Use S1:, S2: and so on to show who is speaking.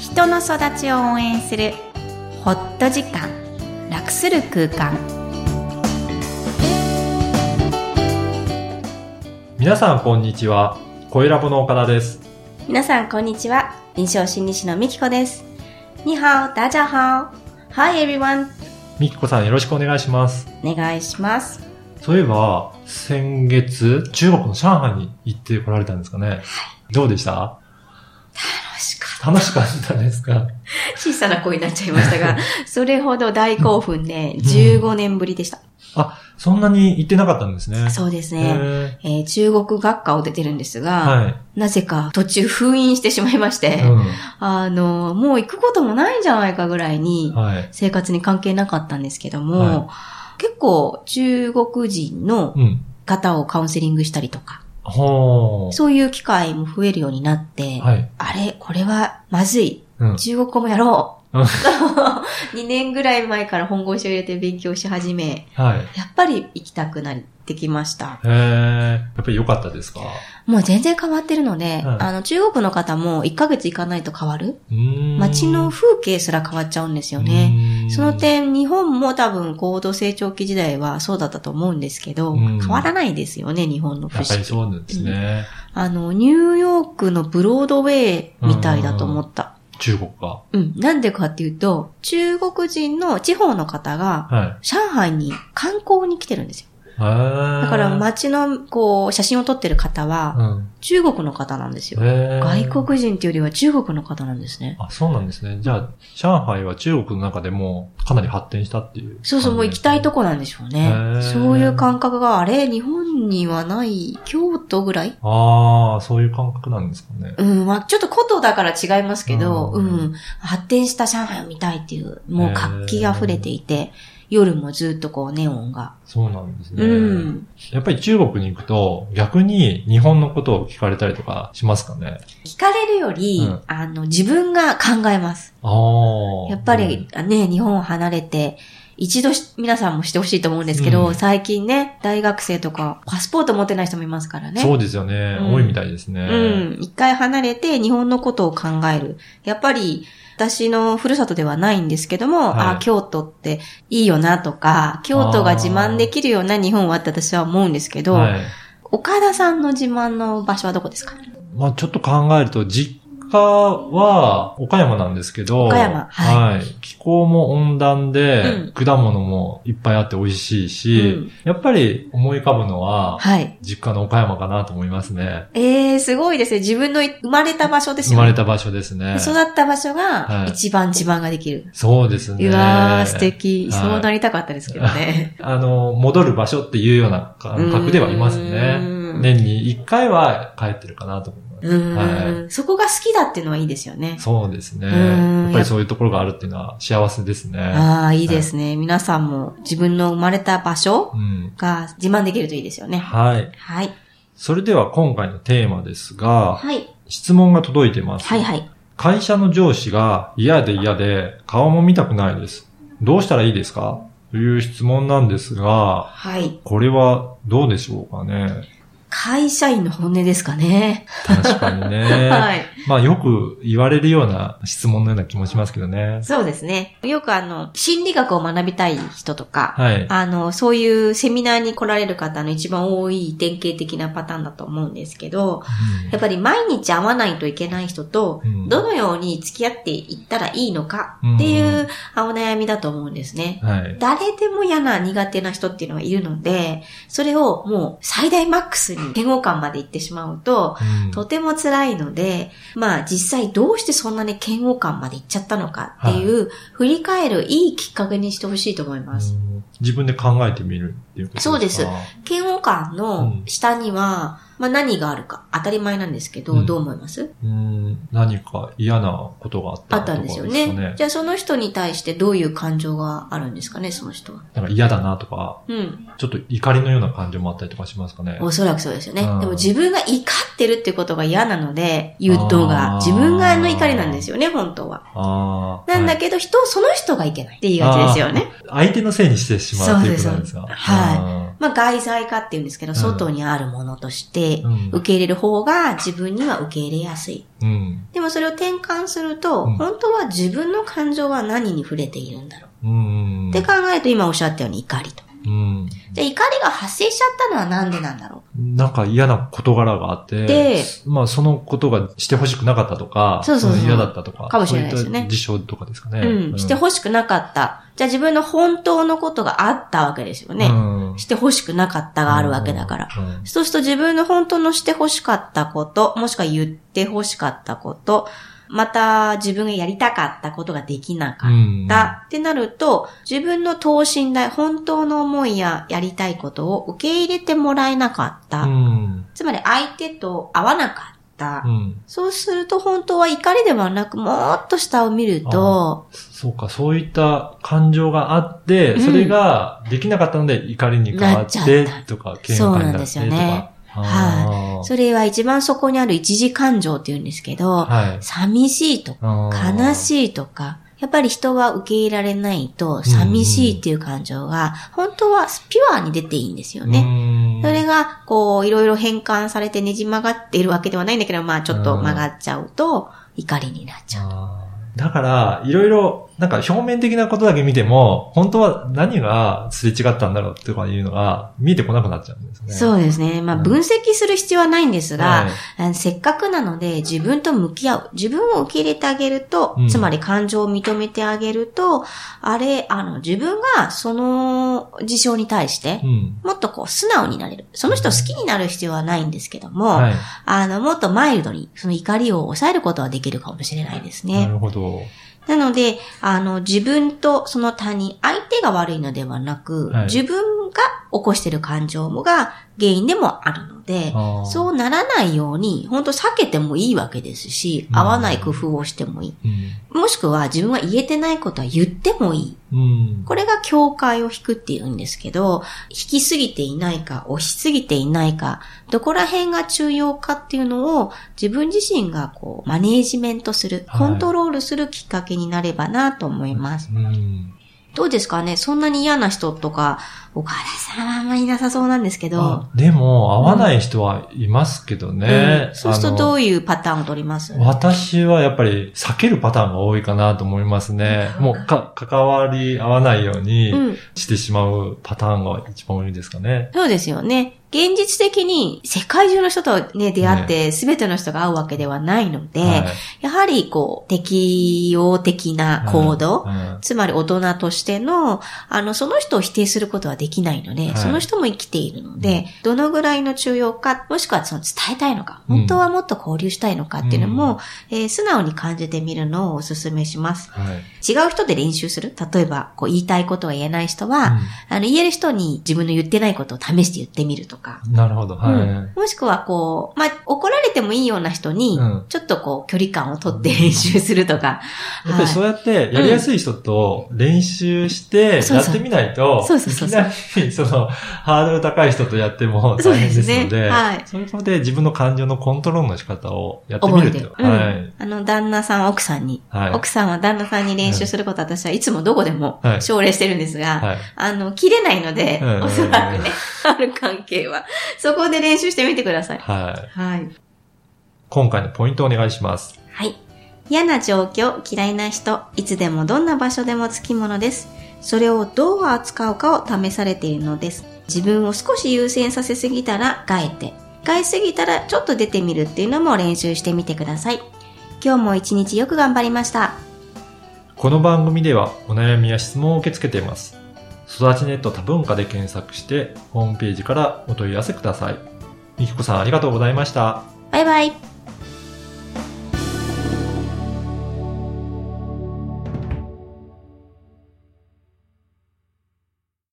S1: 人の育ちを応援するホット時間楽する空間
S2: 皆さんこんにちは声ラボの岡田です
S3: 皆さん、こんにちは。臨床心理士のみきこです。にはお、だじゃはお。Hi, everyone.
S2: みきこさんよろしくお願いします
S3: お願いします。
S2: そういえば先月中国の上海に行ってこられたんですかね、どうでした
S3: 楽しか
S2: 楽しかったですか
S3: った。小さな声になっちゃいました が、それほど大興奮で、15年ぶりでした。
S2: そんなに行ってなかったんですね
S3: そうです
S2: う
S3: ね。えー中国学科を出てるんですが、
S2: は
S3: なぜか途中封印してしまいまして、
S2: い、うん、
S3: あの、もう行くこともないんじゃないかぐらいに、
S2: はい
S3: 生活に関係なかったんですけども、
S2: は
S3: 結構中国人の
S2: うん
S3: 方をカウンセリングしたりとか、
S2: ほー
S3: そういう機会も増えるようになって、
S2: はい、
S3: あれ、これはまずい。
S2: うん、
S3: 中国語もやろう。
S2: うん
S3: 2年ぐらい前から本腰を入れて勉強し始め、
S2: はい
S3: やっぱり行きたくなってきました。
S2: へえやっぱり良かったですか
S3: もう全然変わってるので、
S2: はい
S3: あの中国の方も1ヶ月行かないと変わる。
S2: うーん
S3: 街の風景すら変わっちゃうんですよね。
S2: うーん
S3: その点、日本も多分高度成長期時代はそうだったと思うんですけど、
S2: うん
S3: 変わらないですよね、日本の不
S2: や
S3: 思
S2: っぱり
S3: 議。
S2: そうなんですね、
S3: あの、ニューヨークのブロードウェイみたいだと思った。
S2: 中国か
S3: うん。なんでかっていうと、中国人の地方の方が、
S2: はい
S3: 上海に観光に来てるんですよ。だ
S2: だ
S3: から街の、こう、写真を撮ってる方は、
S2: うん
S3: 中国の方なんですよ。
S2: へー
S3: 外国人っていうよりは中国の方なんですね。
S2: あ、そうなんですね。じゃあ、上海は中国の中でもかなり発展したっていう。
S3: そうそう、もう行きたいと
S2: こ。
S3: こなんでしょう
S2: へ
S3: ね
S2: ー。
S3: そういう感覚が、あれ日本にはない、京都ぐらい
S2: ああ、そういう感覚なんですかね。
S3: うん、まあちょっと古都だから違いますけど、
S2: う
S3: うんん、発展した上海を見たいっていう、もう活気が溢れていて、夜もずっとこうネオンが。
S2: そうなんですね。
S3: うん。
S2: やっぱり中国に行くと、逆に日本のことを聞かれたりとかしますかね。
S3: 聞かれるより、
S2: うん
S3: あの、自分が考えます。
S2: ああ。
S3: やっぱり、ね、日本を離れて、一度し皆さんもしてほしいと思うんですけど、
S2: うん
S3: 最近ね、大学生とか、パスポート持ってない人もいますから
S2: うん
S3: ね。
S2: そうですよね。
S3: うん
S2: 多いみたいですね。
S3: うん。一回離れて日本のことを考える。やっぱり、私の故郷ではないんですけども、
S2: はい
S3: あ、京都っていいよなとか、京都が自慢できるような日本はって私は思うんですけど、
S2: はい。
S3: 岡田さんの自慢の場所はどこですか
S2: まあちょっと考えると、実家は岡山なんですけど、
S3: 岡山
S2: は。
S3: はい
S2: 気候も温暖で、
S3: う
S2: 果物もいっぱいあって美味しいし、
S3: うん
S2: やっぱり思い浮かぶのは、
S3: はい。
S2: 実家の岡山かなと思いますね。
S3: えー、すごいですね。自分の生まれた場所です
S2: 生
S3: よ
S2: まれ
S3: ね。
S2: た場所ですね。
S3: 育った場所
S2: は
S3: が
S2: い
S3: 一番自慢ができる。
S2: そうですね。
S3: うわー、素敵。
S2: はい
S3: そうなりたかったですけど ね。
S2: あの、戻る場所っていうような感覚ではいます
S3: う
S2: ね。
S3: ん
S2: 年に一回は帰ってるかなと思います。
S3: うんそこが好きだっていうのはいいですよね。
S2: そうですね。
S3: うん
S2: やっぱりそういうところがあるっていうのは幸せですね。
S3: ああ、いいですね。皆さんも自分の生まれた場所
S2: うん。
S3: が自慢できるといいですよね。
S2: はい。
S3: はい。
S2: それでは今回のテーマですが、
S3: はい。
S2: 質問が届いてます。
S3: はいはい。
S2: 会社の上司が嫌で嫌で顔も見たくないです。どうしたらいいですかという質問なんですが、
S3: はい。
S2: これはどうでしょうかね。
S3: 会社員の本音ですかね。
S2: 確かにね。
S3: はい。
S2: まあよく言われるような質問のような気もしますけどね。
S3: そうですね。よくあの、心理学を学びたい人とか、
S2: はい。
S3: あの、そういうセミナーに来られる方の一番多い典型的なパターンだと思うんですけど、やっぱり毎日会わないといけない人と、
S2: うん
S3: どのように付き合っていったらいいのかっていうあお悩みだと思うんですね。
S2: はい。
S3: 誰でも嫌な苦手な人っていうのがいるので、それをもう最大マックスに嫌悪感までいってしまうと、
S2: うん
S3: とても辛いので、まあ実際どうしてそんなに嫌悪感までいっちゃったのかっていう、振り返るいいきっかけにしてほしいと思います。
S2: うん自分で考えてみるっていうことですか
S3: そうです嫌悪感の下には、まあ何があるか、当たり前なんですけど、
S2: うん
S3: どう思います
S2: うん何か嫌なことがあった
S3: あったんですよね
S2: とかですか
S3: じゃあその人に対してどういう感情があるんですかね、その人は。
S2: なんか嫌だなとか、
S3: うん。
S2: ちょっと怒りのような感情もあったりとかしますかね。
S3: おそらくそうですよね。
S2: うん
S3: でも自分が怒ってるってことが嫌なので、言うと
S2: あ
S3: が。
S2: ー
S3: 自分がの怒りなんですよね、本当は。
S2: ああ。
S3: なんだ
S2: け
S3: けど、人をその人がいけないって言いがちですよね。
S2: 相手のせいにしてししまうということなんですが。
S3: そうですはまあ、外在化っていうんですけど、
S2: ん
S3: 外にあるものとして
S2: うん、
S3: 受け入れる方が自分には受け入れやすい。
S2: い。うん。
S3: でもそれを転換すると、
S2: うん
S3: 本当は自分の感情は何に触れているんだろう。
S2: うん。
S3: って考えると、今おっしゃったように怒りと。
S2: うん。
S3: じゃあ怒りが発生しちゃったのはなんでなんだろ
S2: なんか嫌な事柄があって、
S3: で
S2: まあそのことがしてほしくなかったとか、
S3: そうそうそう
S2: の嫌だったとか、
S3: かもしれないですよね
S2: そういった事象とかですかね。
S3: う。うん。してほしくなかった。じゃあ自分の本当のことがあったわけですよね。
S2: うん
S3: してほしくなかったがあるわけだから。
S2: うん
S3: そうすると自分の本当のしてほしかったこと、もしくは言ってほしかったこと、また自分がやりたかったことができなかった、ってなると、自分の等身大、本当の思いややりたいことを受け入れてもらえなかった。
S2: うん。
S3: つまり相手と合わなかった。
S2: うん。
S3: そうすると本当は怒りではなく、もっと下を見ると、
S2: そうか、そういった感情があって、
S3: うん
S2: それができなかったので怒りに変わっ
S3: なっちゃ
S2: て
S3: った
S2: とか、喧嘩になって
S3: そ
S2: と
S3: うなんですよね
S2: か。あー
S3: それは一番そこにある一時感情って言うんですけど、
S2: はい。
S3: 寂しいとか悲
S2: い。
S3: しいとか、やっぱり人は受け入れられないと、
S2: ん
S3: 寂しいっていう感情が、本当はピュアに出ていいんですよね。
S2: ね
S3: それが、こう、いろいろ変換されてねじ曲がっているわけではないんだけど、まあ、ちょっと曲がっちゃうと、怒りになっちゃう。
S2: あーだから、いろいろ、なんか表面的なことだけ見ても、本当は何がすれ違ったんだろうとかいうのが見えてこなくなっちゃうんですね。
S3: そうですね。まあ、
S2: うん
S3: 分析する必要はないんです
S2: は
S3: が、あのせっかくなので自分と向き合う。自分を受け入れてあげると、
S2: うん
S3: つまり感情を認めてあげると、あれ、あの、自分がその事象に対して
S2: い。、うん。
S3: もっとこう素直になれる。その人を好きになる必要はないんですけども、
S2: はい。
S3: あの、もっとマイルドに、その怒りを抑えることはできるかもしれないです
S2: な
S3: ね。
S2: るほど。
S3: なので、あの、自分とその他人、相手が悪いのではなく、
S2: はい
S3: 自分が起こしている感情もが原因でもあるので、
S2: あー
S3: そうならないように、本当避けてもいいわけですし、
S2: うん
S3: 合わない工夫をしてもいい。
S2: うん。
S3: もしくは自分は言えてないことは言ってもいい。
S2: うん。
S3: これが境界を引くっていうんですけど、引きすぎていないか、押しすぎていないか、どこら辺が重要かっていうのを自分自身がこうマネージメントする、
S2: はい
S3: コントロールするきっかけになればなと思います。
S2: うん。
S3: どうですかねそんなに嫌な人とか、岡田さんはあんまりいなさそうなんですけど
S2: あ、でも、合わない人はいますけどね。
S3: うんそうするとど
S2: あの
S3: ういうパターンを取ります
S2: 私はやっぱり避けるパターンが多いかなと思いますね。もうか、関わり合わないよう
S3: う
S2: に
S3: ん、
S2: してしまうパターンが一番多いですかね。
S3: そうですよね。現実的に世界中の人とね、出会って、全ての人が会うわけではないので、
S2: はい
S3: やはりこう、適応的な行動、
S2: うん
S3: つまり大人としての、あの、その人を否定することはできないので、
S2: はい
S3: その人も生きているので、どのぐらいの中要か、もしくはその伝えたいのか、
S2: うん
S3: 本当はもっと交流したいのかっていうのも、えー素直に感じてみるのをお勧めします。
S2: はい。
S3: 違う人で練習する例えば、こう、言いたいことは言えない人は、あの、言える人に自分の言ってないことを試して言ってみるとか。
S2: うんなるほど。はい。
S3: うんもしくはこう、まあ、怒られてもいいような人に
S2: うん、
S3: ちょっとこう、距離感をとって練習するとか。
S2: やっぱりそうやって、やりやすい人と練習して、
S3: そう
S2: や
S3: そ
S2: っ
S3: う
S2: てみないと、
S3: そうそうそう
S2: いきなり、その、ハードル高い人とやっても
S3: そう
S2: 大
S3: で
S2: 変ですす
S3: ね
S2: ので、
S3: はい
S2: そういうことで自分の感情のコントロールの仕方をやってみ
S3: 覚え
S2: る
S3: て
S2: と。
S3: る。
S2: は
S3: う
S2: い
S3: ん。あの、旦那さん、奥さんに。
S2: はい。
S3: 奥さんは旦那さんに練習することは私はいつもどこでも
S2: はい
S3: 奨励してるんですが、
S2: はい。
S3: あの、切れないので、
S2: うん
S3: おそらくね、ある関係は。そこで練習してみてください。
S2: はい。
S3: はい。
S2: 今回のポイントお願いします。
S3: はい。嫌な状況、嫌いな人、いつでもどんな場所でもつきものです。それをどう扱うかを試されているのです。自分を少し優先させすぎたら変えて、変えすぎたらちょっと出てみるっていうのも練習してみてください。今日も一日よく頑張りました。
S2: この番組ではお悩みや質問を受け付けています。育ちネット多文化で検索して、ホームページからお問い合わせください。みきこさんありがとうございました。
S3: バイバイ。